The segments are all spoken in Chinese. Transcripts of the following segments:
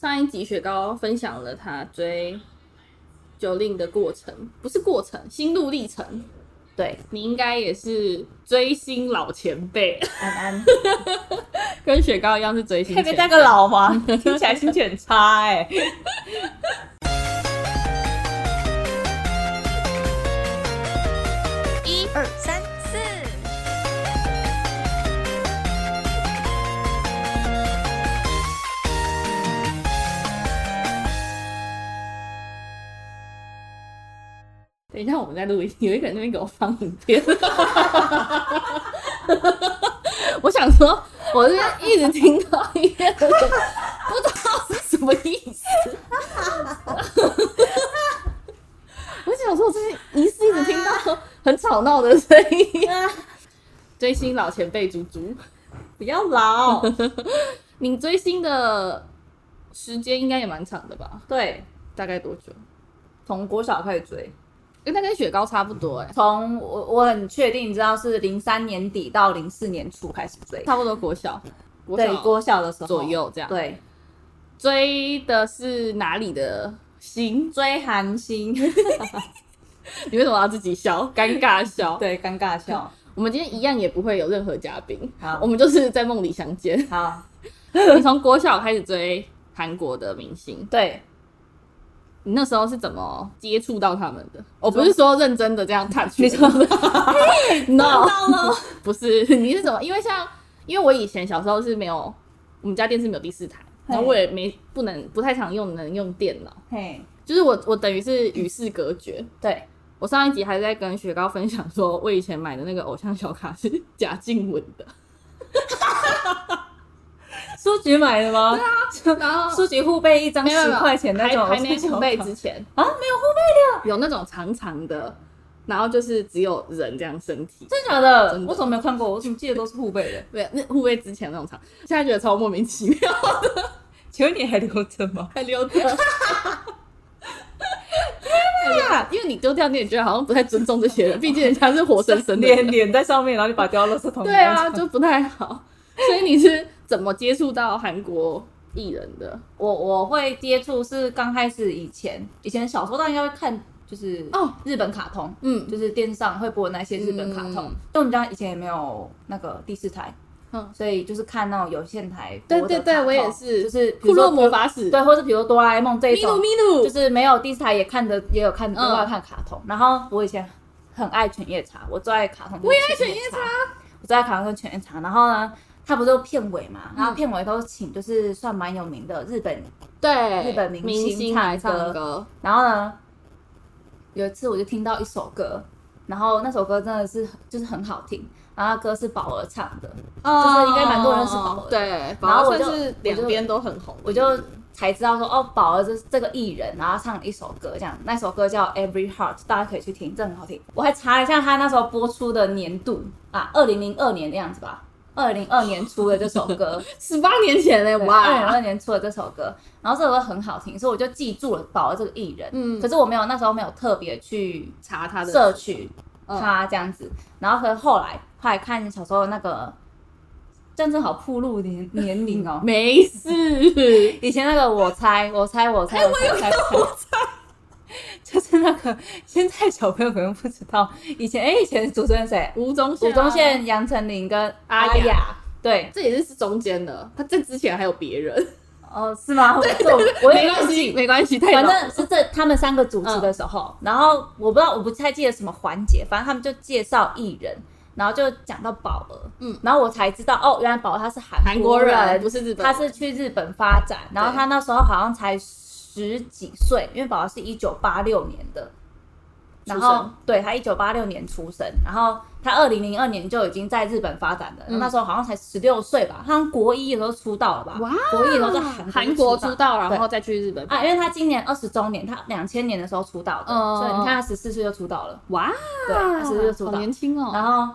上一集雪糕分享了他追九令的过程，不是过程，心路历程。对，你应该也是追星老前 辈，安安，跟雪糕一样是追星可以前辈。被带个老吗？ 听起来心情很差哎、一二三四，等一下，我们在录音，有一个人在那边给我放影片。 我想说，我是一直听到一个人，不知道是什么意思。 我想说，我最近疑似一直听到很吵闹的声音。 追星老前辈猪猪， 不要老。你追星的时间应该也蛮长的吧？ 对，大概多久？从国小开始追，因为它跟雪糕差不多哎、从我我很确定知道是零三年底到零四年初开始追，差不多国小，国对，小国小的时候左，右这样。对，追的是哪里的星？追韩 星，你为什么要自己笑？尴尬笑。对，尴尬笑，我们今天一样也不会有任何嘉宾，好我们就是在梦里相 见。好，你从国小开始追韩国的明星，对，你那时候是怎么接触到他们的？我不是说认真的这样 touch，你说 no， 到了，不是，你是怎么？因为像，因为我以前小时候是没有，我们家电视没有第四台，然后我也没不能不太常用能用电脑，嘿，就是我我等于是与世隔绝。对，我上一集还在跟雪糕分享说，我以前买的那个偶像小卡是贾静雯的，书局买的吗？然书局互备一张没有没十有块钱那种，还 还没付费之之前，啊，没有互备，有那种长长的，然后就是只有人这样身体，真的假的？真的我怎么没有看过？我怎么记得都是互备的？对，那付费之前那种长，现在觉得超莫名其妙， 请问你还留着吗？还留着。啊 因为你丢掉，你也觉得好像不太尊重这些人，毕竟人家是活生生的 人 脸脸在上面，然后你把它丢到垃圾桶 里。对啊，就不太好。所以你是怎么接触到韩国艺人的？我我会接触是刚开始以前，以前小时候大家应该会看，就是哦日本卡通，嗯就是电视上会播的那些日本卡通。嗯就我们家以前也没有那个第四台，嗯所以就是看那种有线台对播的对对卡，通我也是，就是比库如洛说魔法使，对，或是比如哆啦 A 梦这一咪种噜，咪噜，就是没有第四台也看的，也有看，嗯另外看卡通。然后我以前很爱犬夜叉，我最爱卡通，我也爱犬夜叉，我最爱卡通跟犬夜叉。然后呢，它不是有片尾嗯嘛，然后片尾都请就是算蛮有名的日本，对日本明星星唱来唱歌歌，然后呢，有一次我就听到一首歌，然后那首歌真的是就是很好听，然后歌是宝儿唱的，就是应该蛮多人认识宝嗯儿的对，然宝后我儿就算是两边都很红的，我就才知道嗯说哦，宝儿这这个艺人，然后唱了一首歌，这样那首歌叫《Every Heart》，大家可以去听，真的很好听。我还查了一下他那时候播出的年度啊，二零零二年的样子吧，二零二年出的这首 歌，十八年前嘞，二零哇，二年出的这首歌，然后这首歌很好听，所以我就记住了宝儿这个艺人。嗯可是我没有那时候没有特别去查他的摄取嗯他这样子，然后可是后来后来看小时候那个，这样正好铺路年年龄哦，没事，以前那个我猜，我猜，我哎猜，我猜，我猜，我猜， 就是那个现在小朋友可能不知道，以前哎、以前主持人谁？吴宗宪， 吴宗，宪、啊杨丞琳跟啊阿阿雅雅，对，这也是中间的，他这之前还有别人，哦，是吗？我我我没也关系， 没关系，太反老嗯正是这他们三个主持的时候，然后我不知道，我不太记得什么环节，反正他们就介绍艺人，然后就讲到宝儿，嗯嗯，然后我才知道哦，原来宝儿他是韩韩国人人，不是日本人他是去日本发展，然后他那时候好像才十几岁，因为宝儿是一九八六年的。然出后生，对他一九八六年出生，然后他二零零二年就已经在日本发展了。嗯那时候好像才十六岁吧，他好像国一的时候出道了吧？哇国一的时候在韩韩国国出出道，然对后再去日本啊，因为他今年二十周年，他两千年的时候出道的，嗯所以你看他十四岁就出道了，哇，对，他十四岁就出啊好道。年轻哦，然后，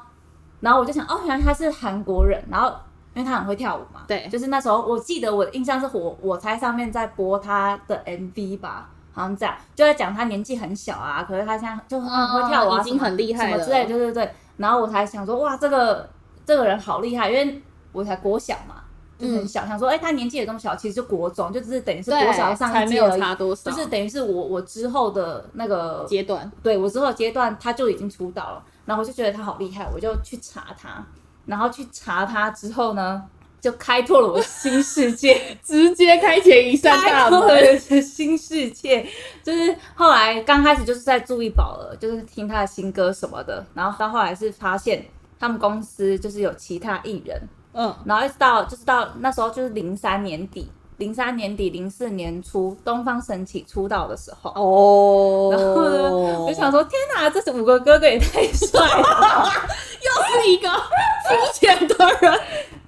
然后我就想，哦，原来他是韩国人，然后因为他很会跳舞嘛，对就是那时候我记得我印象是我我猜上面在播他的 MV 吧。好像这样，就在讲他年纪很小啊，可是他现在就很会跳舞啊，哦已经什么很厉害什么了之类的，对对对。然后我才想说，哇，这个这个人好厉害，因为我才国小嘛，就是很嗯小，想说，哎、他年纪也这么小，其实就国中，就只是等于是国小上才一没届有而已，差多少，就是等于是我我之后的那个阶段。对我之后的阶段，他就已经出道了，然后我就觉得他好厉害，我就去查他，然后去查他之后呢，就开拓了我新世界，直接开启一扇 开大拓了门。我的新世界，就是后来刚开始就是在注意宝儿，就是听他的新歌什么的，然后到后来是发现他们公司就是有其他艺人，嗯，然后一直到就是到那时候就是零三年底。零三年底、零四年初，东方神起出道的时候，哦然后呢，我就想说，天哪，这五个哥哥也太帅了！ 又是一个肤浅的人，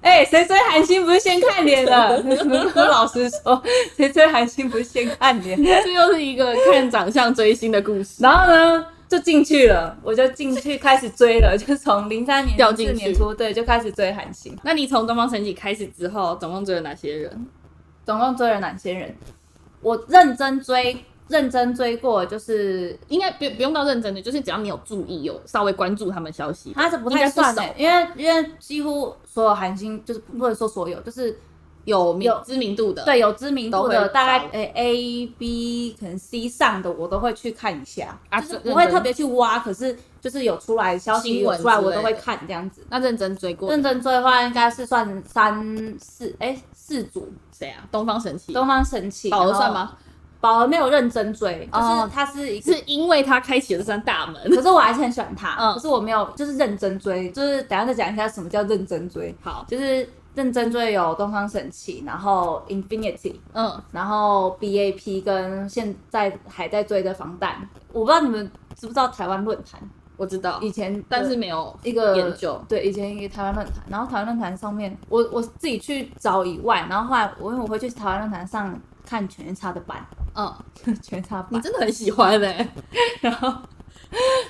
哎、谁追韩星不是先看脸 的？我老实说，谁追韩星不是先看脸？这又是一个看长相追星的故事。然后呢，就进去了，我就进去开始追了，就从零三年掉四进去年初对就开始追韩星，那你从东方神起开始之后，总共追了哪些人？总共追了哪些人？我认真追，认真追过，就是应该不不用到认真的，就是只要你有注意，有稍微关注他们消息，他这不应太该不算的、欸少因为因为几乎所有韩星就是不能说所有，就是有名有知名度的，，对，有知名度都的，会大概找诶 A、B 可能 C 上的，我都会去看一下，啊就是这不会认真特别去挖，可是就是有出来消息新有闻出来，之我类都会的看这样子。那认真追过的认真追的话，应该是算三四诶四组，谁啊？东方神起，东方神起，宝儿然后算？吗？宝儿没有认真追，就是哦他是一个。是因为他开启了这扇大门。可是我还是很喜欢他，嗯可是我没有就是认真追，就是等一下再讲一下什么叫认真追，好，就是认真追有东方神起，然后 Infinity，嗯，然后 BAP 跟现在还在追的防弹，我不知道你们知不知道台湾论坛，我知道，以前的但是没有一个研究对，以前一个台湾论坛，然后台湾论坛上面，我我自己去找以外，然后后来我因为我会去台湾论坛上看全差的版，嗯， 全差版你，真的很喜欢哎、然后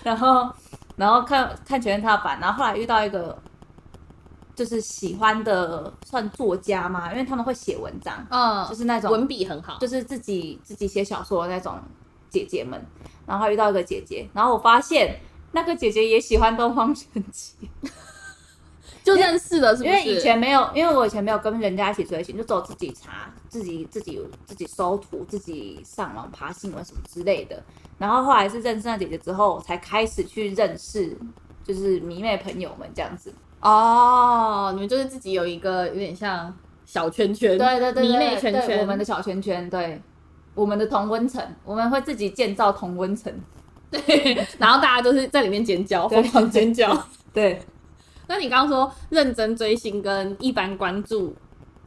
然后然后看看全差版，然后后来遇到一个。就是喜欢的算作家嘛，因为他们会写文章，嗯，就是那种文笔很好，就是自己自己写小说的那种姐姐们，然后遇到一个姐姐，然后我发现那个姐姐也喜欢东方神起，就认识了，是不因是？为以前没有，因为我以前没有跟人家一起追星，就只有自己查、自己自己自己搜图、自己上网爬新闻什么之类的。然后后来是认识那姐姐之后，才开始去认识就是迷妹朋友们这样子。哦，你们就是自己有一个有点像小圈圈，对对对对，迷妹圈对圈，我们的小圈圈，对。我们的同温层，我们会自己建造同温层，对， 然后大家都是在里面尖叫，对疯狂尖 叫。对，那你刚刚说认真追星跟一般关注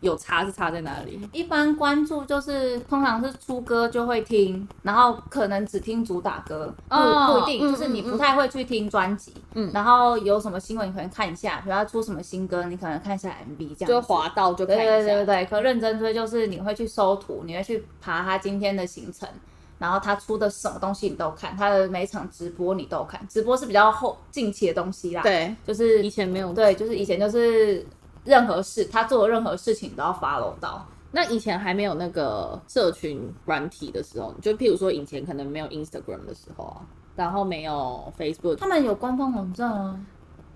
有差是差在哪里？一般关注就是通常是出歌就会听，然后可能只听主打歌，不、哦不一定，嗯就是你不太会去听专辑。嗯然后有什么新闻你可能看一下，比如他出什么新歌，你可能看一下 MV 这样。就。滑到就对看一下，对对对对，可认真追就是你会去搜图，你会去爬他今天的行程，然后他出的什么东西你都看，他的每一场直播你都看，直播是比较后近期的东西啦。，对就是以前没有。对，就是以前就是任何事他做的任何事情你都要 follow 到。那以前还没有那个社群软体的时候，就譬如说以前可能没有 Instagram 的时候啊，然后没有 Facebook，他们有官方网站啊，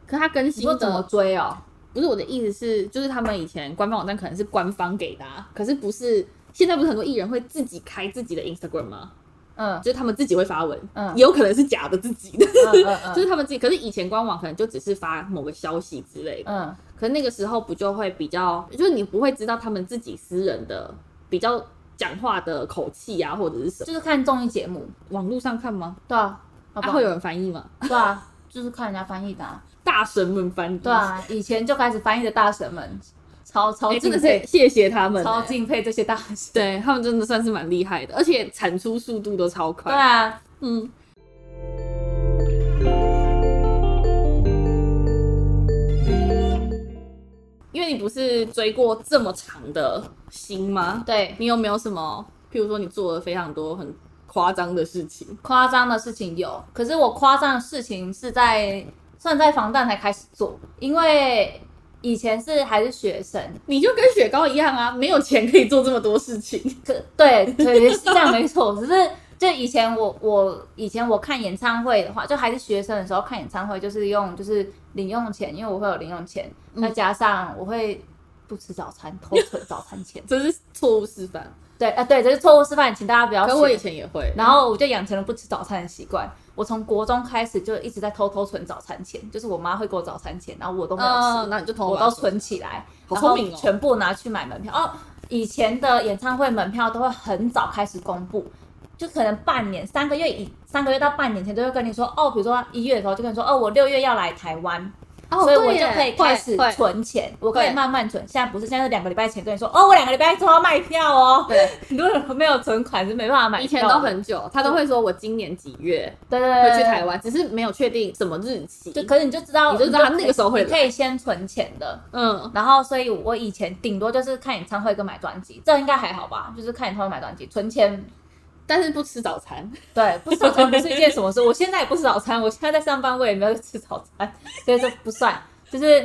可它更你新说的怎么追哦？不是我的意思是，就是他们以前官方网站可能是官方给的、啊，可是不是现在不是很多艺人会自己开自己的 Instagram 吗？嗯就是他们自己会发文，嗯也有可能是假的自己的， 嗯嗯就嗯是他们自己。可是以前官网可能就只是发某个消息之类的，嗯，可是那个时候不就会比较，就是你不会知道他们自己私人的比较讲话的口气啊，或者是什么。就是看综艺节目，网络上看吗？对啊，好不啊，好？会有人翻译吗？对啊，就是看人家翻译的、啊，大神们翻译，对啊，以前就开始翻译的大神们，超超哎，真敬的佩是，谢谢他们、超哎敬佩这些大神。对他们真的算是蛮厉害的，而且产出速度都超快。 对啊，嗯，因为你不是追过这么长的星吗？对，你有没有什么，譬如说你做了非常多很夸张的事情？夸张的事情有，可是我夸张的事情是在算在防弹才开始做，因为以前是还是学生，你就跟雪糕一样啊，没有钱可以做这么多事情。可对对是这样没错，只是就以前我我以前我看演唱会的话，就还是学生的时候看演唱会，就是用就是零用钱，因为我会有零用钱，嗯。再加上我会。不吃早餐，偷存早餐钱这是错误示范。对，啊、对，这是错误示范，请大家不要可我以学。前也会，啊然后我就养成了不吃早餐的习惯。我从国中开始就一直在偷偷存早餐钱，就是我妈会给我早餐钱，然后我都没有吃。嗯，那你就同我都存起来，好然聪后明哦全部拿去买门票。哦，以前的演唱会门票都会很早开始公布，就可能半年、三个月以三个月到半年前都会跟你说，哦，比如说一月的时候就跟你说，哦，我六月要来台湾，哦，啊所以我对就耶可以开始会会存钱，我可以对慢慢存。现在不是，现在是两个礼拜前跟你说，哦，我两个礼拜之后要卖票哦。 对，如果没有存款是没办法买票的。以前都很久，他都会说我今年几月对对对会对去台湾，只是没有确定什么日期。就可是你就知道，你就知道他那个时候会你可以先存钱的。嗯，然后，所以我以前顶多就是看演唱会跟买专辑，这应该还好吧？就是看演唱会买专辑，存钱。但是不吃早餐，对，不吃早餐不是一件什么事。我现在也不吃早餐，我现在在上班，我也没有吃早餐，所以这不算。就是，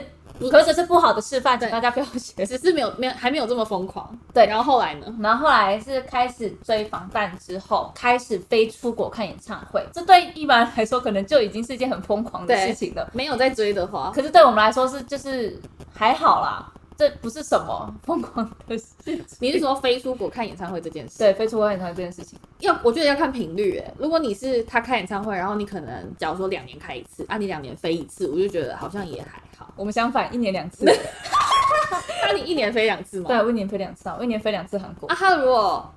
可是这是不好的示范，请对大家不要学。只是没有没有还没有这么疯狂。对然后后来呢？然后后来是开始追防弹之后，开始飞出国看演唱会，这对一般人来说可能就已经是一件很疯狂的对事情了。没有在追的话，可是对我们来说是就是还好啦，这不是什么疯狂的事情。你是说飞出国看演唱会这件事？，对飞出国演唱会这件事情？要我觉得要看频率诶。如果你是他开演唱会，然后你可能假如说两年开一次，啊，你两年飞一次，我就觉得好像也还好。我们相反，一年两 次。那你一年飞两次吗？对，我一年飞两次啊，我一年飞两次韩国。啊，他如果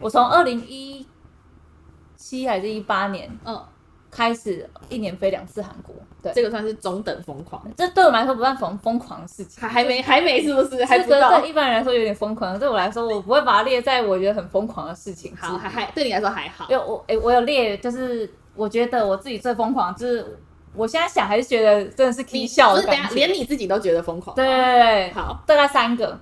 我从二零一七还是一八年嗯，开始，一年飞两次韩国。对，这个算是中等疯狂，这对我们来说不算疯疯狂的事情还。还没还没是不是？还这不个到对。一般人来说有点疯狂，对我来说，我不会把它列在我觉得很疯狂的事情之好，还还对你来说还好因。为我诶、我有列，就是我觉得我自己最疯狂，就是我现在想还是觉得真的是 K 笑不的是等一感下觉。连你自己都觉得疯狂。对对，对，对好 大概三个。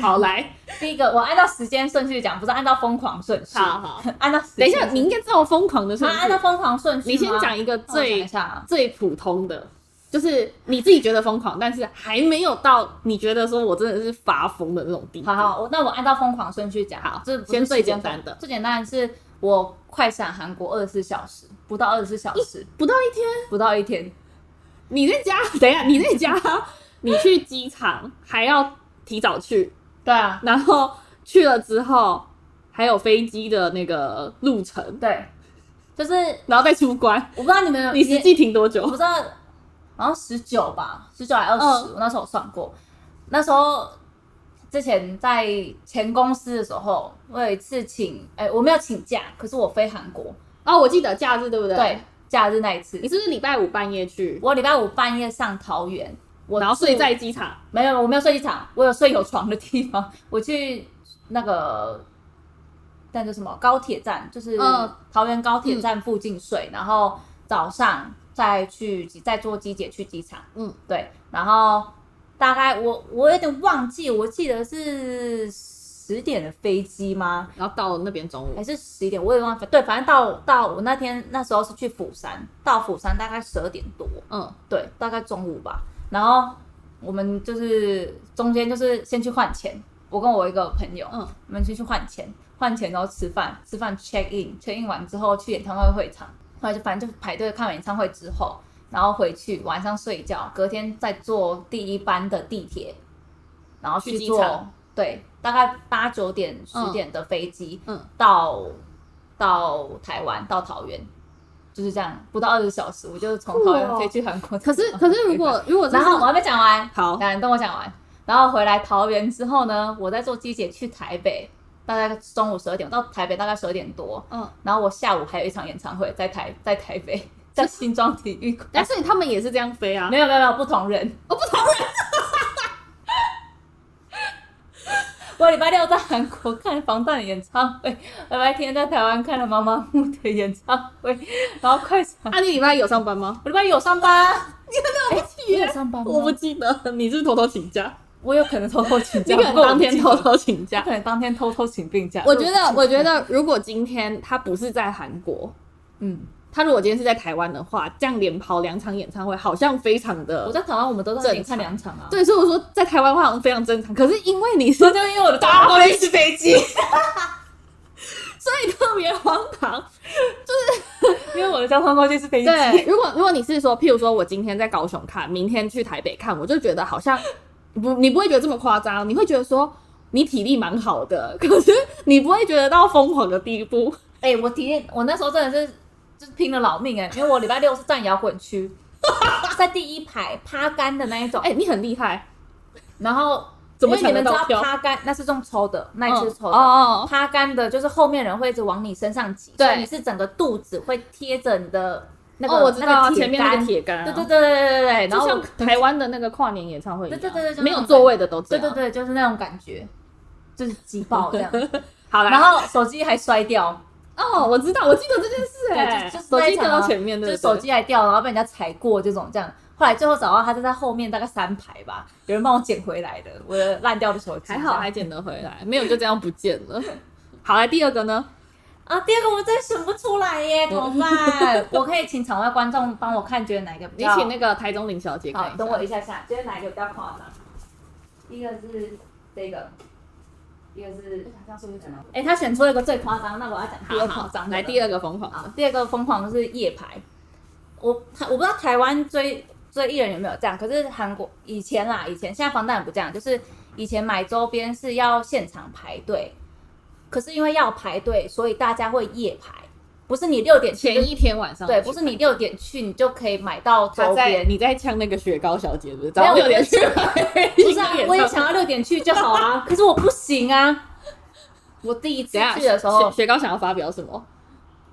好来，第一个，我按照时间顺序讲，不是按照疯狂顺序。好好，按照时等间一下，你应该知道疯狂的啊顺序按。照疯狂顺序吗，你先讲一个让我想最一下啊。最普通的，就是你自己觉得疯狂，但是还没有到你觉得说我真的是发疯的那种地步。好好，我那我按照疯狂顺序讲。好这不是先最时间简单的最简单的是我快闪韩国二十四小时，不到二十四小时，不到一天，不到一天。你在家， 等一下你在家，你去机场还要提早去，对啊，然后去了之后还有飞机的那个路程，对，就是然后再出关。我不知道你们有你实际停多久我不？知道，好像十九吧，十九还二十、嗯我那时候有算过。那时候之前在前公司的时候，我有一次请，哎、我没有请假，可是我飞韩国，哦，我记得假日对不对？对，，假日那一次你，是不是礼拜五半夜去，我礼拜五半夜上桃园，我然后住睡在机场？没有，我没有睡机场，我有睡有床的地方，我去那个。那叫什么高铁站，就是嗯桃园高铁站附近睡，然后早上再去再坐机姐去机场，嗯，对，然后大概我我有点忘记，我记得是十点的飞机吗？然后到了那边中还午，是十一点？我也忘了。对，反正到到我那天那时候是去釜山，到釜山大概十二点多，嗯，对，大概中午吧。然后我们就是中间就是先去换钱，我跟我一个朋友，嗯我们先去换钱，换钱然后吃饭，吃饭 check in，check in 完之后去演唱会会场，后来就反正就排队看完演唱会之后，然后回去晚上睡觉，隔天再坐第一班的地铁，然后去去机坐场对，大概八九点十嗯点的飞机，嗯到到台湾到桃园。就是这样，不到二十小时，我就从桃酷园哦飞去韩国。可是可是如果如果真 的然后我还没讲完，好，来，你等我讲完。然后回来桃园之后呢，我再坐机姐去台北，大概中午十二点，我到台北大概十二点多。嗯，然后我下午还有一场演唱会，在台在台北，在新庄体育馆。但是他们也是这样飞啊，没有没有没有，不同人，哦我不同人。 我礼拜六在韩国看防弹演唱会，礼拜天在台湾看了妈妈木的演唱会，然后快闪。啊，你礼拜一有上班吗？我礼拜一有上班，哎你有上班 吗？啊我不记得，你是偷偷请假，我有可能偷偷请你假，可能不过我当不天记得偷，偷请我假。可能当天偷偷请病假。 我觉得，我觉得如果今天他不是在韩国，嗯，他如果今天是在台湾的话，这样连跑两场演唱会，好像非常我的。在台湾，我们都在那边正常看两场啊。，对，所以我说在台湾的话好像非常正常，可是因为你是那就因为我的搭飞机飞机， 所以特别荒唐，因为我的交通工具是飞机。对，如果如果你是说，譬如说我今天在高雄看，明天去台北看，我就觉得好像不，你不会觉得这么夸张，你会觉得说 你体力蛮好的，可是你不会觉得到疯狂的地步。哎、我体验，我那时候真的是就是拼了老命哎、因为我礼拜六是站摇滚区，在第一排趴杆的那一种，哎、你很厉害，然后怎么因为你们抢得知到道票趴杆那是用抽的，那一次抽哦的。哦，趴杆的，就是后面人会一直往你身上挤，对所以你是整个肚子会贴着你的那个、哦，我知道那啊个铁前面那个杆，铁杆啊、对对对对对对对，然就后像台湾的那个跨年演唱会一样，对对对对就那种没有座位的都这对样。对对，就是那种感觉，就是挤 爆这样，好啦，然后手机还摔掉，哦，我知道，我记得这件事哎、对，就就是手在机讲掉啊到前面，就对是不手对？机还掉，然后被人家踩过这种这样。后来最后找到他是在后面大概三排吧，有人帮我捡回来的，我的烂掉的手机。还好还捡得回来，没有就这样不见了。好，来第二个 呢？啊，第二个我真的选不出来耶，怎么办？我可以请场外观众帮我看，觉得哪一个比你较？请那个台中林小姐看好，一下。等我一下下，觉得哪一个比较夸张？一个是这个，一个是哎、他选出了一个最夸张，那我要讲第好二好夸张。来第二二个疯狂啊的，，第二个疯狂的是夜排。我他我不知道台湾追追艺人有没有这样，可是韩国以前啦，以前现在防弹也不这样，就是以前买周边是要现场排队，可是因为要排队，所以大家会夜排，不是你六点去就前一天晚上对，去不是你六点去你就可以买到周他在边，你在呛那个雪糕小姐，不是早没上六有点去 我买不是啊，我也想要六点去就好 啊，可是我不行啊。我第一次等一下去的时候雪，雪糕想要发表什么？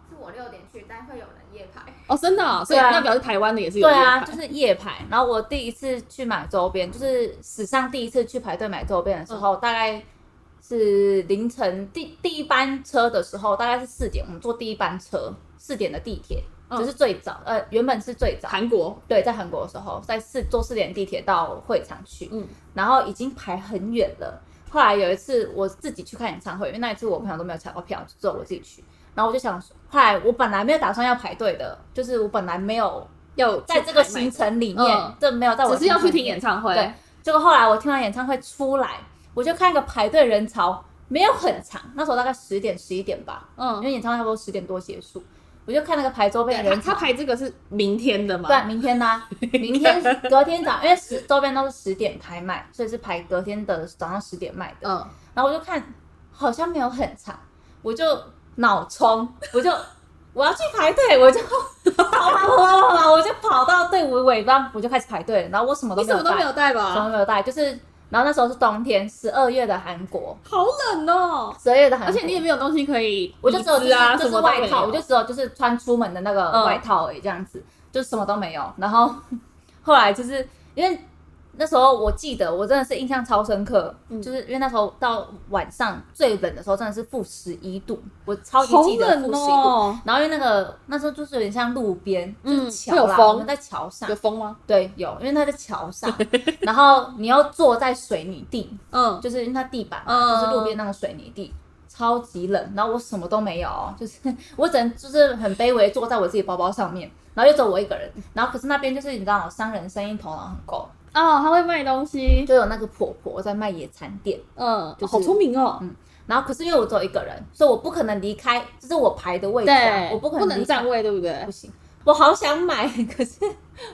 是我六点去，但会有人夜排。哦，真的哦、所以对啊那表示台湾的也是有对夜啊，排就。是夜排。然后我第一次去买周边，就是史上第一次去排队买周边的时嗯候，大概是凌晨第第一班车的时候，大概是四点，我们坐第一班车，四点的地铁，嗯就是最早，呃，原本是最早。韩国对，在韩国的时候，在四坐四点地铁到会场去，嗯然后已经排很远了。后来有一次我自己去看演唱会，因为那一次我朋友都没有抢到票，只有我自己去。然后我就想说，后来我本来没有打算要排队的，就是我本来没有要在这个去台北行，程里嗯面，这、没有在我只是要去听演唱唱会会。。对，结果后来我听完演唱会出来，我就看一个排队人潮，没有很长，那时候大概十点十一点吧，因嗯，为演唱会差不多十点多结束，我就看那个排周边的对，人他潮他。排啊这个是明天的嘛？对，明天呢、明天 隔天早，因为十周边都是十点开卖，所以是排隔天的早上十点卖的。嗯，然后我就看好像没有很长，我就脑 冲，我就我要去排队，我就跑跑跑跑跑，我就跑到队伍尾端，我就开始排队了。然后我什么都你没什有么都带，没有带什么都吧？没有带，就是。然后那时候是冬天，十二月的韩国，好冷哦，十二月的韩而国，且你也没有东西可以，嗯我就只有就椅子是、啊就什是么都没有外套，我就只有就是穿出门的那个嗯外套而已，这样子，就什么都没有。然后 后来就是因为那时候我记得我真的是印象超深刻，嗯就是因为那时候到晚上最冷的时候真的是负十一度，我超级好记得负冷十一度。哦，然后因为那个那时候就是有点像路边，嗯就是桥会有啦，风我们在桥上有，风吗？对，有，因为它在桥上，然后你要坐在水泥地，嗯，就是因为它地板嘛，嗯就是路边那个水泥地，超级冷。然后我什么都没有哦，就是 我只能就是很卑微地坐在我自己包包上面，然后又只有我一个人。然后可是那边就是你知道，商人生意头脑很够，哦，他会卖东西，就有那个婆婆在卖野餐垫。嗯，就是好聪明哦。然后可是因为我只有一个人，所以我不可能离开，这是我排的位置啊、对，我不可不能能离开占位，对不对不？行，我好想买，可是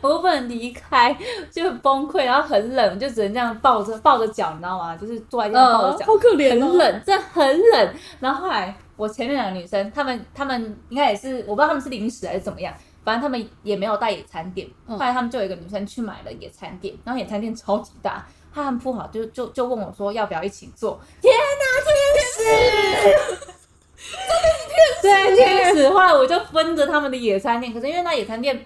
我又不能离开，就很崩溃，然后很冷，就只能这样抱着抱着脚，你知道吗？就是坐在地上抱着脚，好可怜哦，很冷，真的很冷。然后后来我前面两个女生，她们她们应该也是，我不知道她们是临时还是怎么样，反正她们也没有带野餐垫。嗯后来她们就有一个女生去买了野餐垫，然后野餐垫超级大，她很铺好就就就问我说要不要一起做。天哪，天使，真的是天使！对，天使。后来我就分着他们的野餐垫，可是因为那野餐垫。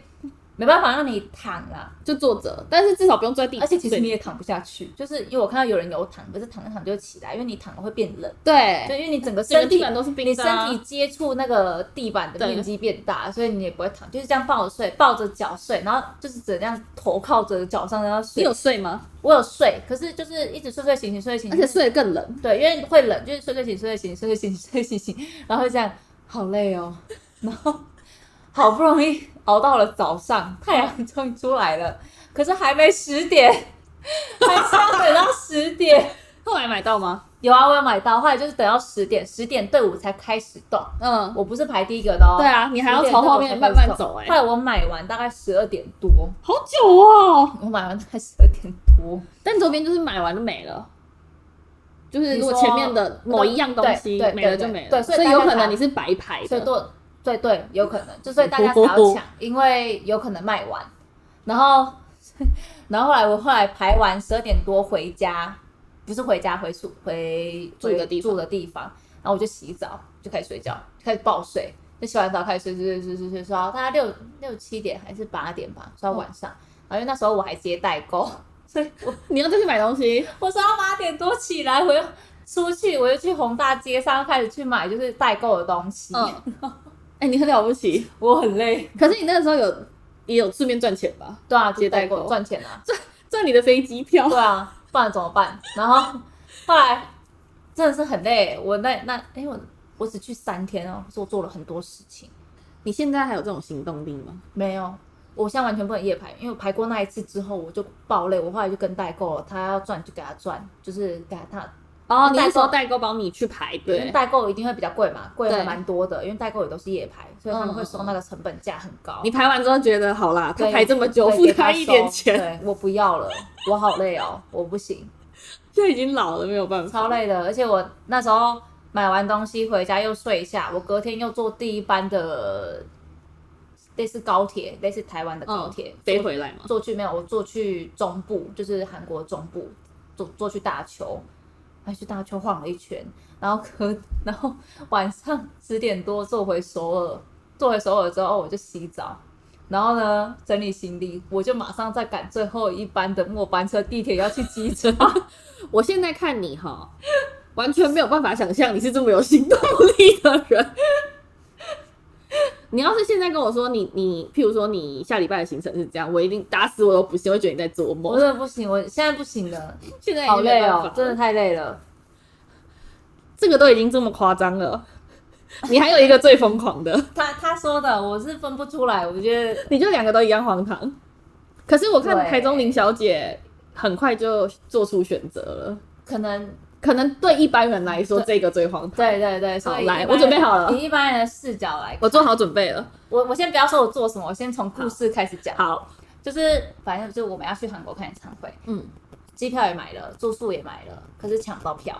没办法让你躺啦，就坐着，但是至少不用坐在地，而且其实对你也躺不下去，就是因为我看到有人有躺，可是躺着躺着就起来，因为你躺了会变冷。就对，因为你整个整身哎个地体板都是冰你的身啊，体接触那个地板的面积变大，所以你也不会躺，就是这样抱着睡，抱着脚睡，然后就是只能这样头靠着脚上然后你睡有。睡吗？我有睡，可是就是一直睡睡醒醒睡睡醒而且醒，睡得更冷，对，因为会冷，就是睡睡醒睡睡醒睡睡醒睡睡醒， 然后就这样好累哦， 然后好不容易熬到了早上，太阳终于出来了，可是还没十点，还是要等到十点。后来买到吗？有啊，我有买到，后来就是等到十点，十点队伍才开始动。嗯，我不是排第一个的哦。对啊，你还要10朝后队面伍才慢开始慢走哎、后来我买完大概十二点多，好久哦。我买完大概十二点多。但周边就是买完就没了，就是你如说果前面的某一样东西对对对没了就没了，对对所以所以有大家可才能你是白牌所以的。对对对，有可能，就所以大家才多要多抢，因为有可能卖完。然后，然后后来我后来排完十二点多回家，不是回家回宿回住的地方住的地方，然后我就洗澡就开始睡觉，就开始暴睡。就洗完澡开始睡睡睡睡睡睡到大概六六七点还是八点吧，睡到晚上。然后因为那时候我还接代购，所以我你要再去买东西，我睡到八点多起来，我又出去，我又去宏大街上开始去买就是代购的东西。嗯， 哎、你很了不起。我很累。可是你那个时候有也有顺便赚钱吧？对啊，接代代购购赚钱啊， 赚你的飞机票对。啊，不然怎么办？然后后来真的是很累，我那那哎、我我只去三天哦，可是我做了很多事情，你现在还有这种行动力吗？没有。我现在完全不能夜排，因为我排过那一次之后，我就爆累。我后来就跟代购，他要赚就给他赚，就是给他他，哦，你代购那时候代购帮你去排因为队，代购一定会比较贵嘛，贵还对蛮多的，因为代购也都是夜排，所以他们会嗯收嗯嗯那个成本价很高。你排完之后觉得好啦，他对排这么久，对付给他一点收钱，对我不要了，我好累哦，我不行。现在已经老了，没有办法。超累的，而且我那时候买完东西回家又睡一下，我隔天又坐第一班的类似高铁，类似台湾的高铁、飞回来嘛。坐去没有？我坐去中部，就是韩国中部，坐坐去大邱，还去大邱晃了一圈，然后可 然后晚上十点多坐回首尔，坐回首尔之后我就洗澡。然后呢，整理行李，我就马上再赶最后一班的末班车，地铁要去机场。我现在看你哈，完全没有办法想象你是这么有行动力的人。你要是现在跟我说你你，譬如说你下礼拜的行程是这样，我一定打死我都不信，我会觉得你在做我梦。真的不行，我现在不行了，现在已好经没累办法哦了，真的太累了。这个都已经这么夸张了，你还有一个最疯狂的。 他他说的我是分不出来，我觉得你就两个都一样荒唐。可是我看对台中林小姐很快就做出选择了，可能可能对一般人来说这个最荒唐。对对对，所来以一般人我准备好了以一般人的视角来，我做好准备了。我我先不要说我做什么，我先从故事开始讲。好，就是反正就是我们要去韩国看演唱会，嗯，机票也买了，住宿也买了，可是抢不到票，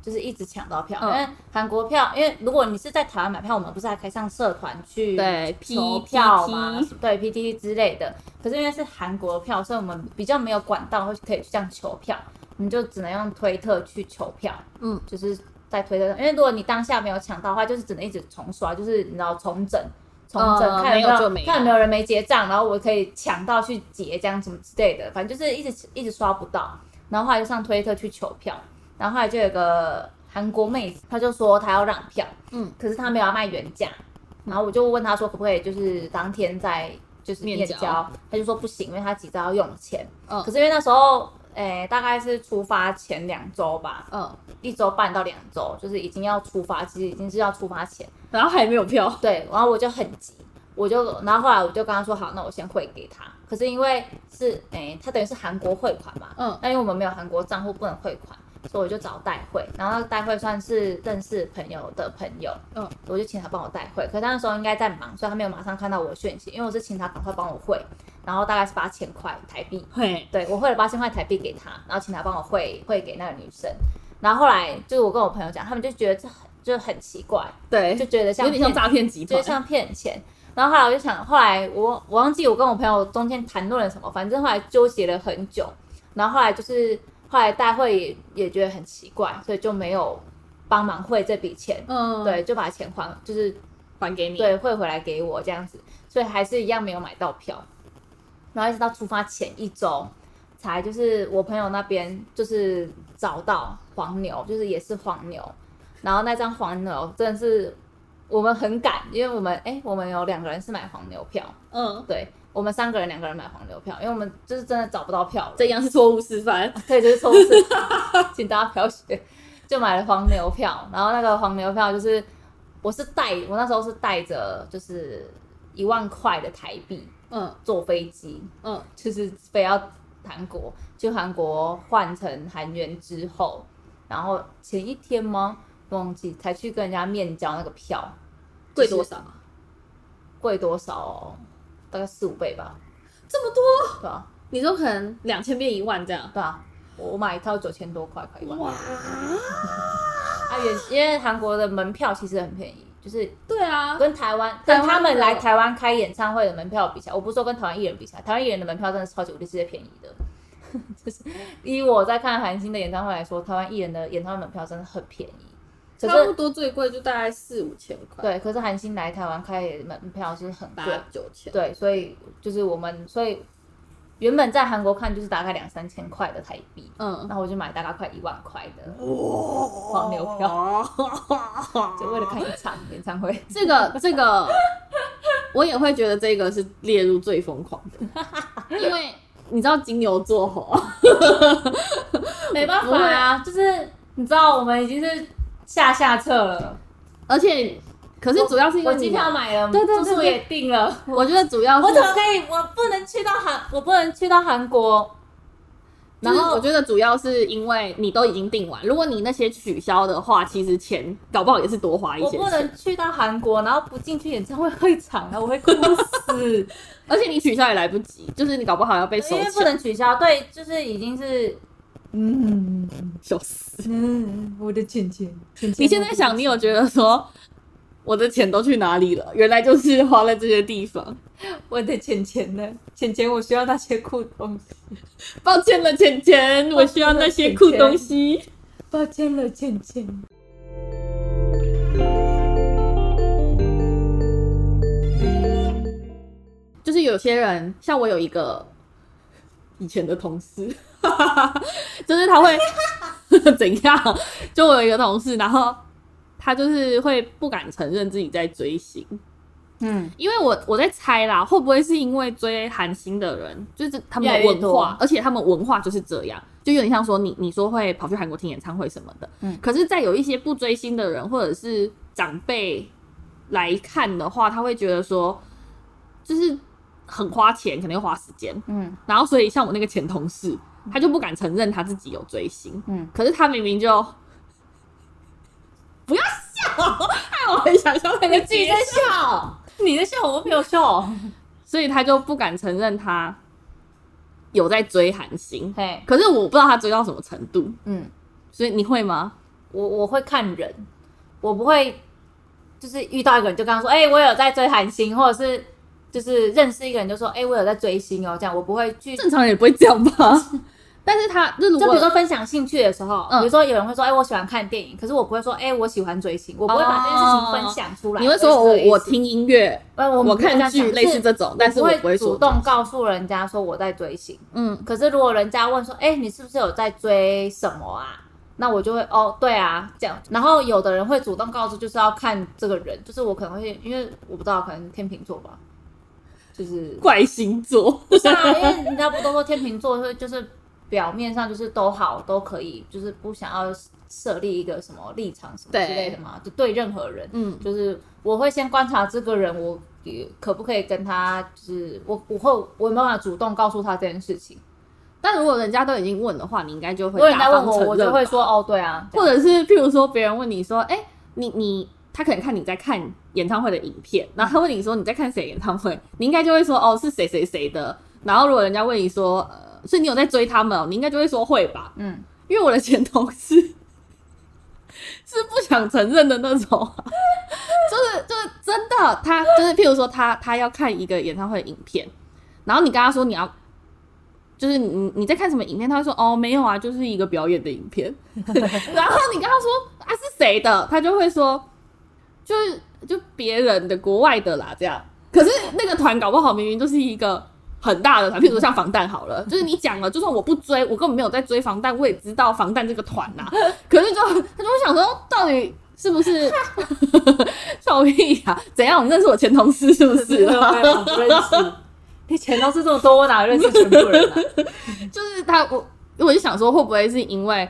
就是一直抢不到票，嗯因为韩国票，因为如果你是在台湾买票，我们不是还可以上社团去对投 PTT 票吗？对 PTT 之类的，可是因为是韩国票，所以我们比较没有管道会可以去这样求票，我们就只能用推特去求票，嗯，就是在推特上，因为如果你当下没有抢到的话，就是只能一直重刷，就是你知道重整。重整、呃看有没有就没没有有看有没有人没结账，然后我可以抢到去结这样什么之类的，反正就是一直一直刷不到，然后后来就上推特去求票，然后后来就有个韩国妹子，她就说她要让票，嗯，可是她没有要卖原价，然后我就问她说可不可以就是当天再就是面面交交，她就说不行，因为她急着要用钱，嗯可是因为那时候。诶、大概是出发前两周吧，嗯，一周半到两周，就是已经要出发，其实已经是要出发前，然后还没有票，对，然后我就很急，我就，然后后来我就跟他说，好，那我先汇给他。可是因为是，诶，他等于是韩国汇款嘛，嗯那因为我们没有韩国账户，不能汇款，所以我就找代汇，然后代汇算是认识朋友的朋友，嗯，我就请他帮我代汇。可是他那时候应该在忙，所以他没有马上看到我的讯息，因为我是请他赶快帮我汇，然后大概是八千块台币，嘿，对我汇了八千块台币给他，然后请他帮我汇汇给那个女生。然后后来就是我跟我朋友讲，他们就觉得这很就很奇怪，对，就觉得像有点像骗诈骗集就团是。像骗钱。然后后来我就想，后来我我忘记我跟我朋友中间谈论了什么，反正后来纠结了很久。然后后来就是后来大会也也觉得很奇怪，所以就没有帮忙汇这笔钱，嗯，对，，就把钱还就是还给你。，对汇回来给我这样子，所以还是一样没有买到票。然后一直到出发前一周，才就是我朋友那边就是找到黄牛，就是也是黄牛，然后那张黄牛真的是我们很赶，因为我们哎、我们有两个人是买黄牛票，嗯，对我们三个人两个人买黄牛票，因为我们就是真的找不到票了，这样是错误示范。对，就是抽脂， 请大家不要学。就买了黄牛票，然后那个黄牛票就是我是带我那时候是带着就是一万块的台币嗯坐飞机，嗯，就是飞到韩国，去韩国换成韩元之后，然后前一天吗？忘记才去跟人家面交那个票，贵多少？贵多少、哦？大概四五倍吧。这么多？对啊，你说可能两千变一万这样？对啊，我买一套九千多块，快一万。哇！啊，原因为韩国的门票其实很便宜，就是对啊，跟台湾台湾跟的他们来台湾开演唱会的门票比起来，我不是说跟台湾艺人比起来，台湾艺人的门票真的是超级无敌世界便宜的。 就是以我在看韩星的演唱会来说，台湾艺人的演唱会门票真的很便宜。可差不是多最贵就大概四五千块，，对，可是韩星来台湾开演门票是很贵，八九千，对，所以就是我们所以原本在韩国看就是大概两三千块的台币，嗯，那我就买大概快一万块的黄牛票，就为了看一场演唱会。哦 这个这个，我也会觉得这个是列入最疯狂的，因为你知道金牛座吼，没办法啊，就是你知道我们已经是下下策了，而且可是主要是因我为机你票买了，对对对住宿对也订了，我觉得主要是我怎么可以？我不能去到韩，我不能去到韩国。然然后后我觉得主要是因为你都已经订完，如果你那些取消的话，其实钱搞不好也是多花一我些不钱，能去到韩国，然后不进去演唱会会场啊，我会哭 死。而且你取消也来不及，就是你搞不好要被收因为不钱，能取消，对，就是已经是，嗯笑死！嗯，我的钱钱，钱钱你现在想，你有觉得说我的钱都去哪里了？原来就是花在这些地方。我的钱钱呢？钱钱，我需要那些哦酷东西。抱歉了，钱钱，我需要那些酷东西。抱歉了，钱钱。就是有些人，像我有一个以前的同事， 就是他会 怎样？就我有一个同事，然后他就是会不敢承认自己在追星，嗯，因为我我在猜啦，会不会是因为追韩星的人，就是他们越来的越文化，多而且他们文化就是这样，就有点像说你你说会跑去韩国听演唱会什么的，嗯可是，在有一些不追星的人或者是长辈来看的话，他会觉得说，就是很花钱，肯定花时间，嗯然后所以像我那个前同事，他就不敢承认他自己有追星，嗯，可是他明明就不要笑，害我很想笑那个自己剧在笑，你在笑，我没有笑。所以他就不敢承认他有在追韩星。 嘿，可是我不知道他追到什么程度，嗯，所以你会吗？我我会看人，我不会就是遇到一个人就跟他说，哎、我有在追韩星，或者是就是认识一个人就说，哎、我有在追星哦，这样我不会去正常人也不会这样吧？ 但是他就如就果比如说分享兴趣的时候，嗯比如说有人会说，哎、我喜欢看电影，可是我不会说，哎、我喜欢追星，我不会把这件事情分享出来。哦你会说我我是这个意思我，听音乐，呃，我我们不会这看样剧讲类似这种，但是我不会会说主动告诉人家说我在追星。嗯，可是如果人家问说，哎、你是不是有在追什么啊？那我就会哦，对啊，这样。然后有的人会主动告诉，就是要看这个人，就是我可能会，因为我不知道，可能天秤座吧， 就是怪星座，不是啊，因为人家不都说天秤座会就是表面上就是都好都可以，就是不想要设立一个什么立场什么对之类的嘛，就对任何人，嗯就是我会先观察这个人，我也可不可以跟他，就是我我会我有没有办法主动告诉他这件事情。 但如果人家都已经问的话，你应该就如会果人家大问方我，我承就认，会说哦，对啊，这或样者是譬如说别人问你说，哎、你你他可能看你在看演唱会的影片，然后他问你说你在看谁演唱会，你应该就会说哦是谁谁谁的。然后如果人家问你说，呃，所以你有在追他们、哦，你应该就会说会吧，嗯，因为我的前同事 是不想承认的那种啊、 就是就是真的，他就是譬如说他他要看一个演唱会的影片，然后你跟他说你要。就是你你在看什么影片？他会说哦没有啊，就是一个表演的影片。然后你跟他说啊是谁的，他就会说就是就别人的国外的啦这样。可是那个团搞不好明明就是一个很大的团，譬如说像防弹好了，就是你讲了，就算我不追，我根本没有在追防弹，我也知道防弹这个团呐、可是就他就会想说，到底是不是 笑屁呀、怎样？你认识我前同事是不是？我不认识。 你钱都是这么多，我哪认识全部人 啊？就是他，我我就想说，会不会是因为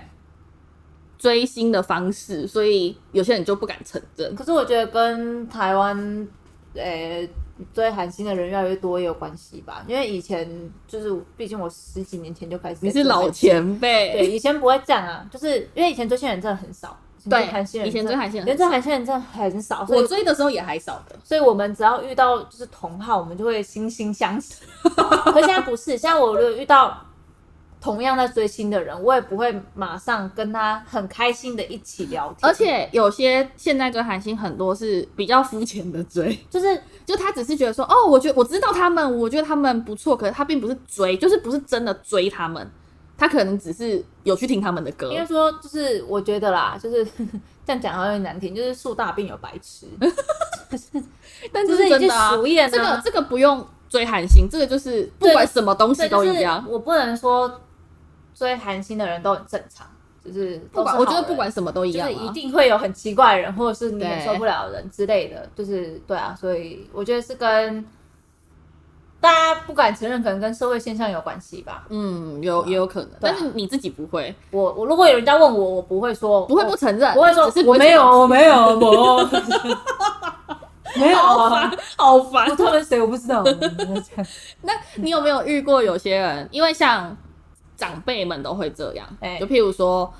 追星的方式，所以有些人就不敢承认？可是我觉得跟台湾，呃、追韩星的人越来越多也有关系吧。因为以前就是，毕竟我十几年前就开始，你是老，前对，辈，以前不会这样啊，就是因为以前追星人真的很少，以前追对韩星人以前真的追韩星人以前很少追韩星人真的很少，所以我追的时候也还少的，所以我们只要遇到就是同号，我们就会惺惺相惜。 可现在不是，现在我如果遇到同样在追星的人，我也不会马上跟他很开心的一起聊天，而且有些现在追韩星很多是比较肤浅的追， 就是就他只是觉得说，哦，我觉得我知道他们，我觉得他们不错，可是他并不是追，就是不是真的追他们，他可能只是有去听他们的歌应，该说就是我觉得啦，就是 这样讲好像有点难听，就是树大便有白痴，嗯但就是是真已经的、啊熟，厌这个了。这个不用追韩星，这个就是不管什么东西对，都就一是样，我不能说追韩星的人都很正常，就是不管我觉得不管什什么都一样、啊，就是一定会有很奇怪的人，或者是你对也受不了的人之类的，就是对啊，所以我觉得是跟大家不敢承认，可能跟社会现象有关系吧。嗯，有也有可能，对但啊是你自己不会，我我如果有人家问我，我不会说不会不承认，不会说只是不我会没有，哦我没有，我没有好啊，烦，好烦我。他们谁我不 知道。那 你有没有遇过有些人，因为像长辈们都会这样，哎就譬如说，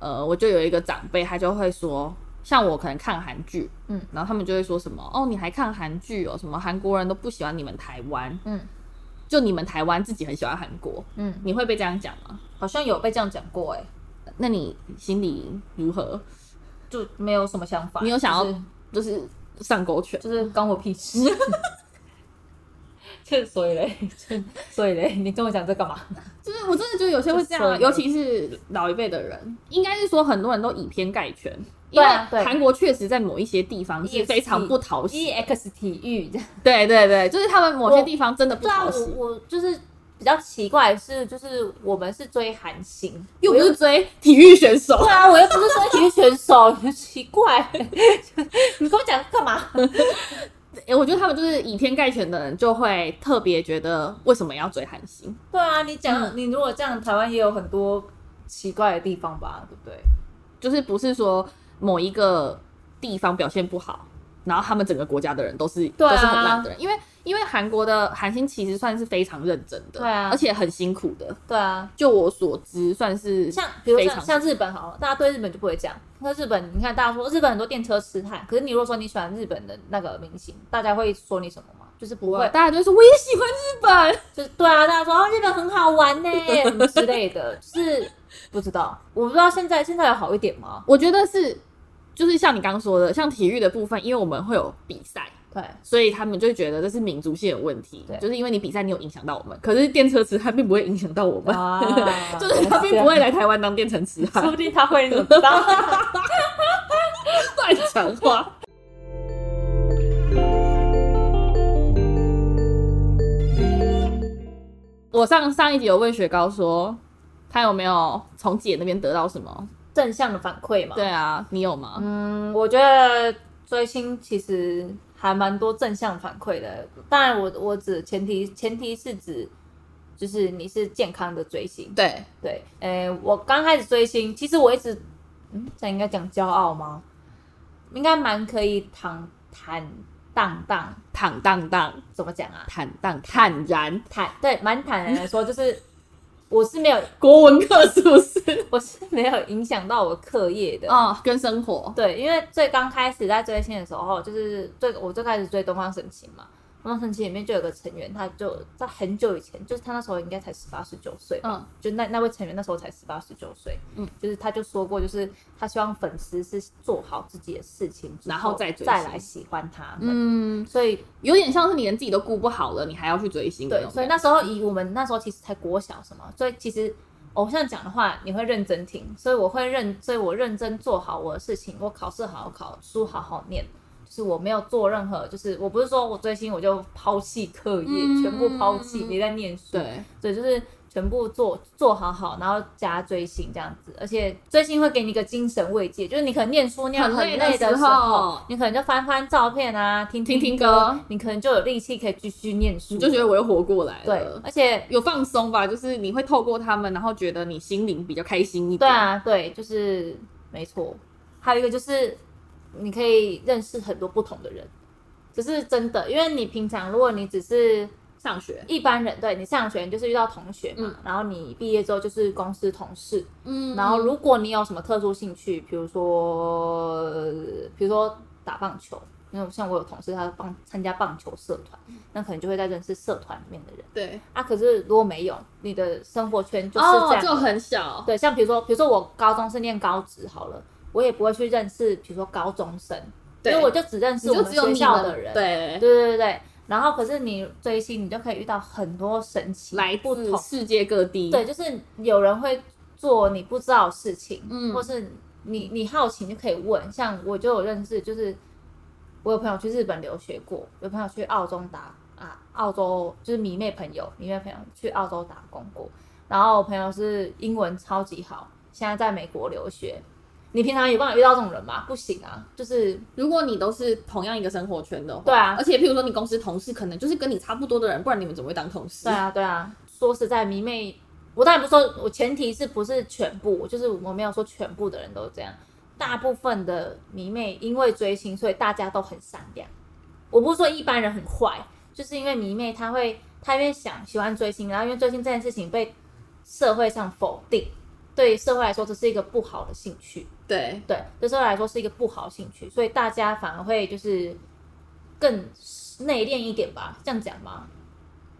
呃，我就有一个长辈，他就会说，像我可能看韩剧，嗯，然后他们就会说什么，哦，你还看韩剧哦，什么韩国人都不喜欢你们台湾，嗯就你们台湾自己很喜欢韩国，嗯，你会被这样讲吗？好像有被这样讲过哎，那你心里如何？就没有什么想法。你有想要就就是是上勾拳？就是关我屁事。 就是所以嘞，就是所以嘞，你跟我讲这干嘛？就是我真的觉得有些会这样、啊，就是尤其是老一辈的人，应该是说很多人都以偏概全，因对为啊对韩国确实在某一些地方是非常不讨喜。 EX 体育。对对对，就是他们某些地方真的不对啊，讨我喜，我就是比较奇怪的是，就是我们是追韩星，又不是追体育选手，对啊，我又不是说体育选手， 奇怪，你跟我讲干嘛？诶我觉得他们就是以偏概全的人，就会特别觉得为什么要追韩星？对啊，你讲、你如果这样，台湾也有很多奇怪的地方吧，对不对？就是不是说某一个地方表现不好，然后他们整个国家的人都是、对啊都是很烂的人，因为因为韩国的韩星其实算是非常认真的，对啊而且很辛苦的。对啊，就我所知，算是像比如非像常像日本好了，大家对日本就不会这样。那日本，你看大家说日本很多电车痴汉，可是你如果说你喜欢日本的那个明星，大家会说你什么吗？就是不哇会，大家就说我也喜欢日本，就是对啊，大家说、哦、日本很好玩呢， 什么之类的，就是不知道，我不知道现在现在有好一点吗？我觉得是就是像你刚刚说的，像体育的部分，因为我们会有比赛。对，所以他们就觉得这是民族性的问题对，就是因为你比赛你有影响到我们，可是电车痴汉并不会影响到我们， 啊 就是他并不会来台湾当电车痴 汉说，不定他会，你怎么知道？ 乱讲话。我上上一集有问雪糕说，他有没有从姐那边得到什么？正向的反馈嘛。对，啊，你有吗？嗯，我觉得追星其实还蛮多正向反馈的，当然我我指前提前提是指就是你是健康的追星。对，对，诶、我刚开始追星，其实我一直，嗯，这样应该讲骄傲吗？应该蛮可以坦坦荡荡，坦荡荡，怎么讲啊？坦荡坦然，坦对，蛮坦然的说，就是我是没有， 国文课是不是？我是没有影响到我课业的。 哦，跟生活，对，因为最刚开始在追星的时候，就是最我最开始追东方神起嘛，东方神起里面就有个成员，他就在很久以前，就是他那时候应该才十八十九岁吧，嗯，就那那位成员那时候才十八十九岁，嗯嗯，就是他就说过，就是他希望粉丝是做好自己的事情之，然后再追再星来喜欢他们。嗯，所以有点像是你连自己都顾不好了，你还要去追星的对种，所以感那时候以我们那时候其实才国小什么，所以其实偶像讲的话你会认真听，所以我会认，所以我认真做好我的事情，我考试好好考，书好好念，就是我没有做任何，就是我不是说我追星我就抛弃课业，嗯全部抛弃，没在念书，觉对，对，就是全部做做好好，然后加追星这样子，而且追星会给你一个精神慰藉，就是你可能念书念到很很累的累的时时候候，你可能就翻翻照片啊，听听听听歌你可能就有力气可以继续念书，你就觉得我又活过来对了，，而且有放松吧，就是你会透过他们，然后觉得你心灵比较开心一点。对，啊，对，就是没错。还有一个就是你可以认识很多不同的人，只是真的，因为你平常如果你只是上学，一般人，对你上学你就是遇到同学嘛，嗯然后你毕业之后就是公司同事，嗯然后如果你有什么特殊兴趣，比如说，呃比如说打棒球，因为像我有同事他棒参加棒球社团，嗯那可能就会在认识社团里面的人对，啊。可是如果没有，你的生活圈就是这哦，样，就很小，对，像比如说，比如说我高中是念高职好了，我也不会去认识，比如说高中生，因对为我就只认识你我就们只有学你校们的人，对，对对对对。然后可是你追星，你就可以遇到很多神奇来不自同世界各地，对，就是有人会做你不知道的事情，嗯或是你你好奇你就可以问。像我就有认识，就是我有朋友去日本留学过，有朋友去澳洲打啊，澳洲就是迷妹朋友，迷妹朋友去澳洲打工过。然后我朋友是英文超级好，现在在美国留学。你平常有办法遇到这种人吗？不行啊，就是如果你都是同样一个生活圈的话，对啊而且譬如说你公司同事可能就是跟你差不多的人，不然你们怎么会当同事？对，啊，对啊。说实在，迷妹，我当然不是说，我前提是不是全部，就是我没有说全部的人都这样。大部分的迷妹因为追星，所以大家都很善良。我不是说一般人很坏，就是因为迷妹她会，她因为想喜欢追星，然后因为追星这件事情被社会上否定，对社会来说这是一个不好的兴趣。对，对，对社会来说是一个不好的兴趣，所以大家反而会就是更内敛一点吧，这样讲吗？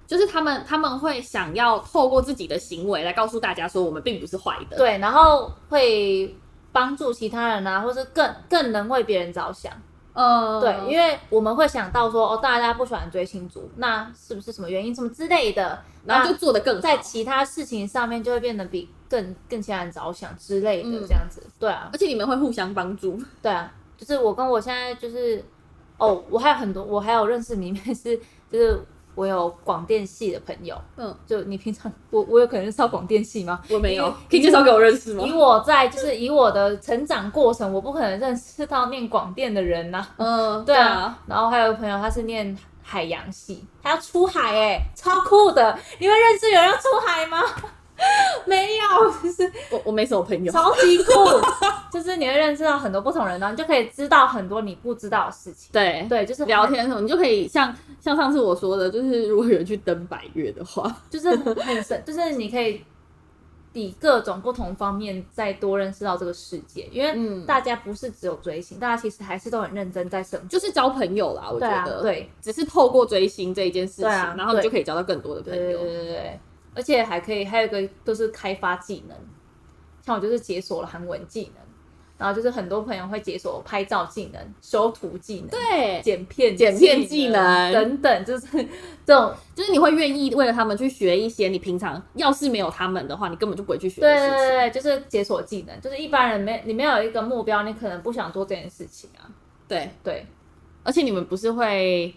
就是他们他们会想要透过自己的行为来告诉大家说我们并不是坏的，，对，然后会帮助其他人啊，或是更更能为别人着想。呃，对，因为我们会想到说，哦，大家不喜欢追星族，那是不是什么原因什么之类的？然后就那做得更好在其他事情上面就会变得比更更其他人着想之类的嗯这样子。对啊而，且你们会互相帮助，对啊，就是我跟我现在就是，哦，我还有很多，我还有认识里面是就是。我有广电系的朋友，嗯，就你平常我我有可能是上广电系吗？我没有因为，可以介绍给我认识吗以？我在就是以我的成长过程，我不可能认识到念广电的人呐、嗯，对对啊啊，，然后还有朋友他是念海洋系，他要出海哎、超酷的！你会认识有人要出海吗？ 没有，就是我我没什么朋友，超级酷，就是你会认识到很多不同人，然后你就可以知道很多你不知道的事情。对。对，就是聊，天什么，你就可以像像上次我说的，就是如果有人去登百越的话， 就是很深，就是你可以以各种不同方面再多认识到这个世界，因为嗯大家不是只有追星，大家其实还是都很认真在生活。就是交朋友啦。我对觉啊，得，，对只是透过追星这一件事情，对啊然后你对就可以交到更多的朋对对对友。对对，而且还可以还有一个就是开发技能，像我就是解锁了韩文技能，然后就是很多朋友会解锁拍照技能、修图技能、对，剪片、剪片技能等等，就是这种就是你会愿意为了他们去学一些你平常要是没有他们的话，你根本就不会去学的对事对情。对，对就是解锁技能，就是一般人没你没有一个目标，你可能不想做这件事情啊。对对，而且你们不是会，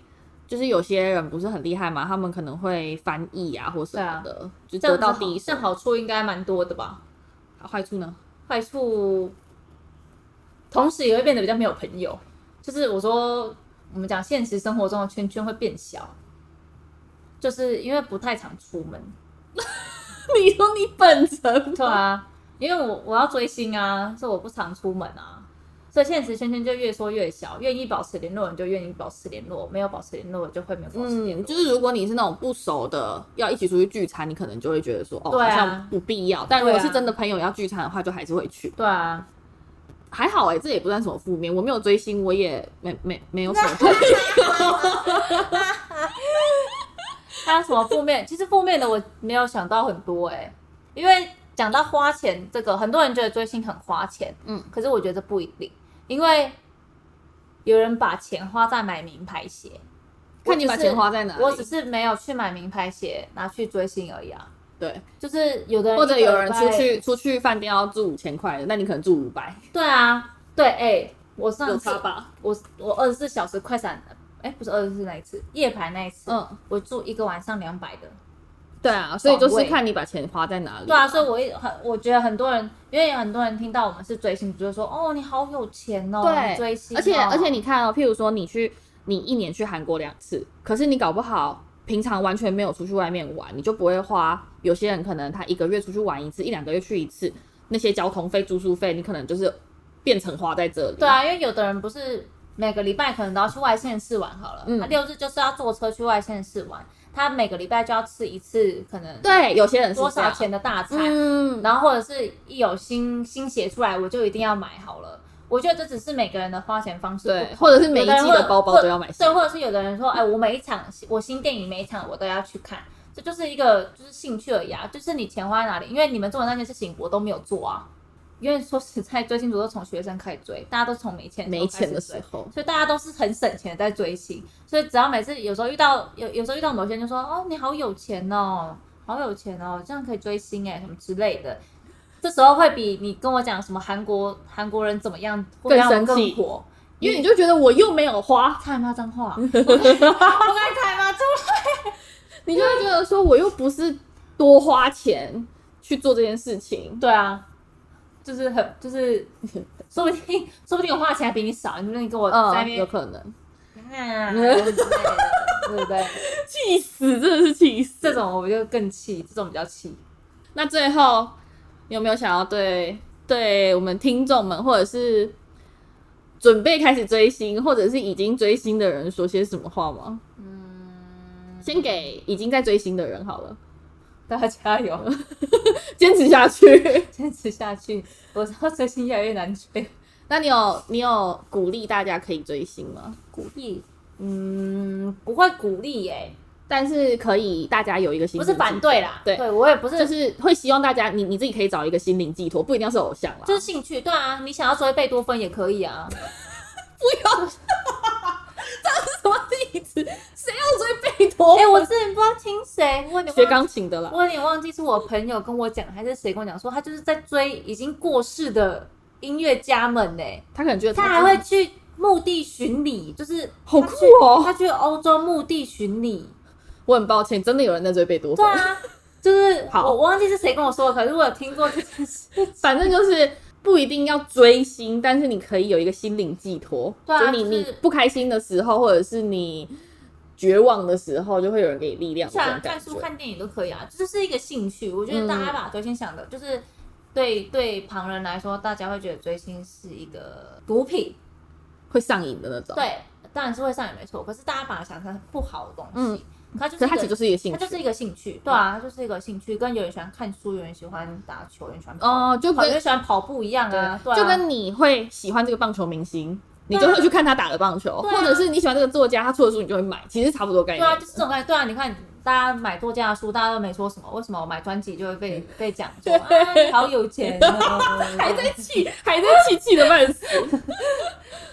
就是有些人不是很厉害嘛，他们可能会翻译啊或什么的，就这得样子到好第一这手样。好处应该蛮多的吧？坏处呢？坏处，同时也会变得比较没有朋友。就是我说，我们讲现实生活中的圈圈会变小，就是因为不太常出门。 你说你本人对啊，因为我我要追星啊，所以我不常出门啊，所以现实圈圈就越缩越小。愿意保持联络，你就愿意保持联络；没有保持联络，就会没有保持联嗯，络。就是如果你是那种不熟的，要一起出去聚餐，你可能就会觉得说，哦，对啊好像不必要。但如果对啊是真的朋友要聚餐的话，就还是会去。对啊，还好哎、这也不算什么负面。我没有追星，我也没没没有什么朋 友。还有什么负面？其实负面的我没有想到很多哎、因为讲到花钱这个，很多人觉得追星很花钱，嗯嗯，可是我觉得不一定，因为有人把钱花在买名牌鞋，看你把我只是钱花在哪里。我只是没有去买名牌鞋拿去追星而已啊。对，就是有的人或者一个有人礼拜出，去出去饭店要住五千块的，那你可能住五百，对啊，对，哎、我有上次差吧？我我二十四小时快闪，哎、不是二十四那一次，夜排那一次，嗯，我住一个晚上两百的，对啊，所以就爽是味看你把钱花在哪里。对啊，所以我一很我觉得很多人，因为很多人听到我们是追星族，就说哦，你好有钱哦，对你追星哦、而且而且你看哦，譬如说你去你一年去韩国两次，可是你搞不好平常完全没有出去外面玩，你就不会花。有些人可能他一个月出去玩一次，一两个月去一次，那些交通费、住宿费，你可能就是变成花在这里。啊对啊，因为有的人不是每个礼拜可能都要去外县市玩好了，嗯他六日就是要坐车去外县市玩，他每个礼拜就要吃一次，可能对，有些人是多这少样钱的大餐，嗯，然后或者是一有新新鞋出来，我就一定要买好了。我觉得这只是每个人的花钱方式不对，同或者是每一有的人季会的包包都要买新对，的。或者是有的人说，哎，我每一场我新电影每一场我都要去看，这就是一个就是兴趣而已啊，就是你钱花在哪里，因为你们做的那件事情我都没有做啊。因为说实在，追星族都从学生开始追，大家都从没钱没钱的的时时候开始候追，，所以大家都是很省钱的在追星。所以只要每次有时候遇到有有时候遇到某些人就说，哦，你好有钱哦，好有钱哦，这样可以追星哎，什么之类的。这时候会比你跟我讲什么韩国韩国人怎么样会更让我生气更火，因为你就觉得我又没有花，太骂脏话。不该猜吗？这你就会觉得说我又不是多花钱去做这件事情。对啊，就是很就是，说不定说不定我花的钱还比你少，你说你跟我在那嗯，边有可能，啊之类的对不对？气死，真的是气死。这种我就更气，这种比较气。那最后有没有想要对对我们听众们，或者是准备开始追星，或者是已经追星的人说些什么话吗？嗯，先给已经在追星的人好了，大家加油，坚持下去。 坚持下去！我知道追星越来越难追， 那你有你有鼓励大家可以追星吗？鼓励，嗯，不会鼓励耶、但是可以，大家有一个心不灵是反对啦，对我也不是，寄托，就是会希望大家你你自己可以找一个心灵寄托，不一定要是偶像啦。就是兴趣，对啊，你想要追贝多芬也可以啊，什么例子？谁要追贝多哎、我之前不知道听谁，我也没哦学钢琴的啦。我有点忘记是我朋友跟我讲，还是谁跟我讲说，他就是在追已经过世的音乐家们呢、他可能觉得他还会去墓地巡礼，就是好他酷去哦他去欧洲墓地巡礼，我很抱歉，真的有人在追贝多对芬。啊，就是好我忘记是谁跟我说的，可是我有听过这件事。反正就是不一定要追星，但是你可以有一个心灵寄托。对啊就你就是你不开心的时候，或者是你绝望的时候，就会有人给你力量。这像种啊看感书、觉。看电影都可以啊，这就是一个兴趣。我觉得大家把追星想的，就是对对旁人来说，大家会觉得追星是一个毒品，会上瘾的那种。，对，当然是会上瘾没错。可是大家把它想成不好的东嗯西，它就所是以它一其实就个是一个兴它趣。就是一个兴趣，对啊，它就是一个兴趣，跟有人喜欢看书，有人喜欢打球，有人喜欢跑哦就跑跟呃有人喜欢跑步一样啊，对啊，就跟你会喜欢这个棒球明星，你对啊就会去看他打的棒球，对啊或者是你喜欢这个作家，他出的书你就会买，其实差不多概对念。啊，就是这种感觉，对啊，你看大家买作家的书，大家都没说什么，为什么我买专辑就会被被讲 说啊你好有钱哦，还在气， 还在气，气的半 死。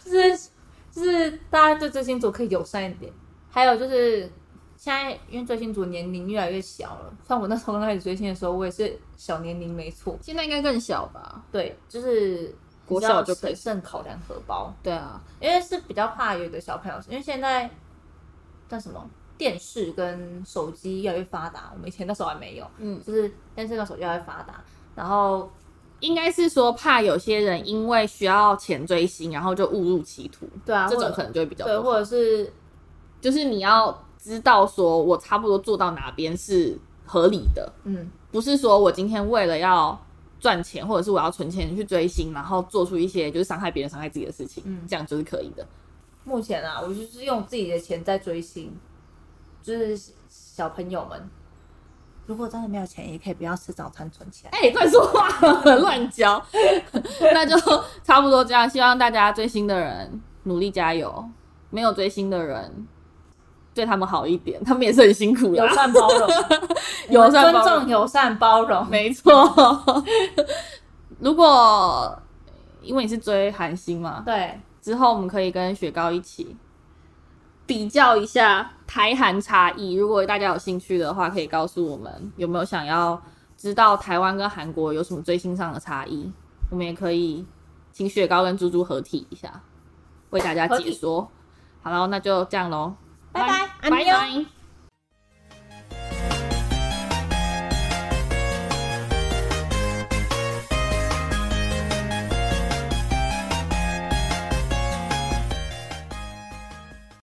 就是就是大家对追星族可以友善一点，还有就是。现在因为追星族年龄越来越小了，像我那时候刚开始追星的时候，我也是小年龄没错，现在应该更小吧？对，就是国比较小就可以审慎考量荷包，对啊，因为是比较怕有的小朋友，因为现在叫什么电视跟手机越来越发达，我们以前那时候还没有，嗯，就是电视跟手机越来越发达，然后应该是说怕有些人因为需要钱追星，然后就误入歧途，对啊，这种或者可能就会比较对，多。或者是就是你要知道，说我差不多做到哪边是合理的，嗯，不是说我今天为了要赚钱，或者是我要存钱去追星，然后做出一些就是伤害别人、伤害自己的事情，嗯这样就是可以的。 目前啊，我就是用自己的钱在追星，就是小朋友们。如果真的没有钱，也可以不要吃早餐 存起来。哎、乱说话，乱教， 那就差不多这样。希望大家追星的人努力加油，没有追星的人对他们好一点，他们也是很辛苦啊友啦。善包 容，友善包容尊重友善包容。没错， 如果因为你是追韩星嘛，对，之后我们可以跟雪糕一起比较一下台韩差异。如果大家有兴趣的话，可以告诉我们有没有想要知道台湾跟韩国有什么追星上的差异。我们也可以请雪糕跟猪猪合体一下，为大家解说。好了，那就这样喽，拜拜，拜拜。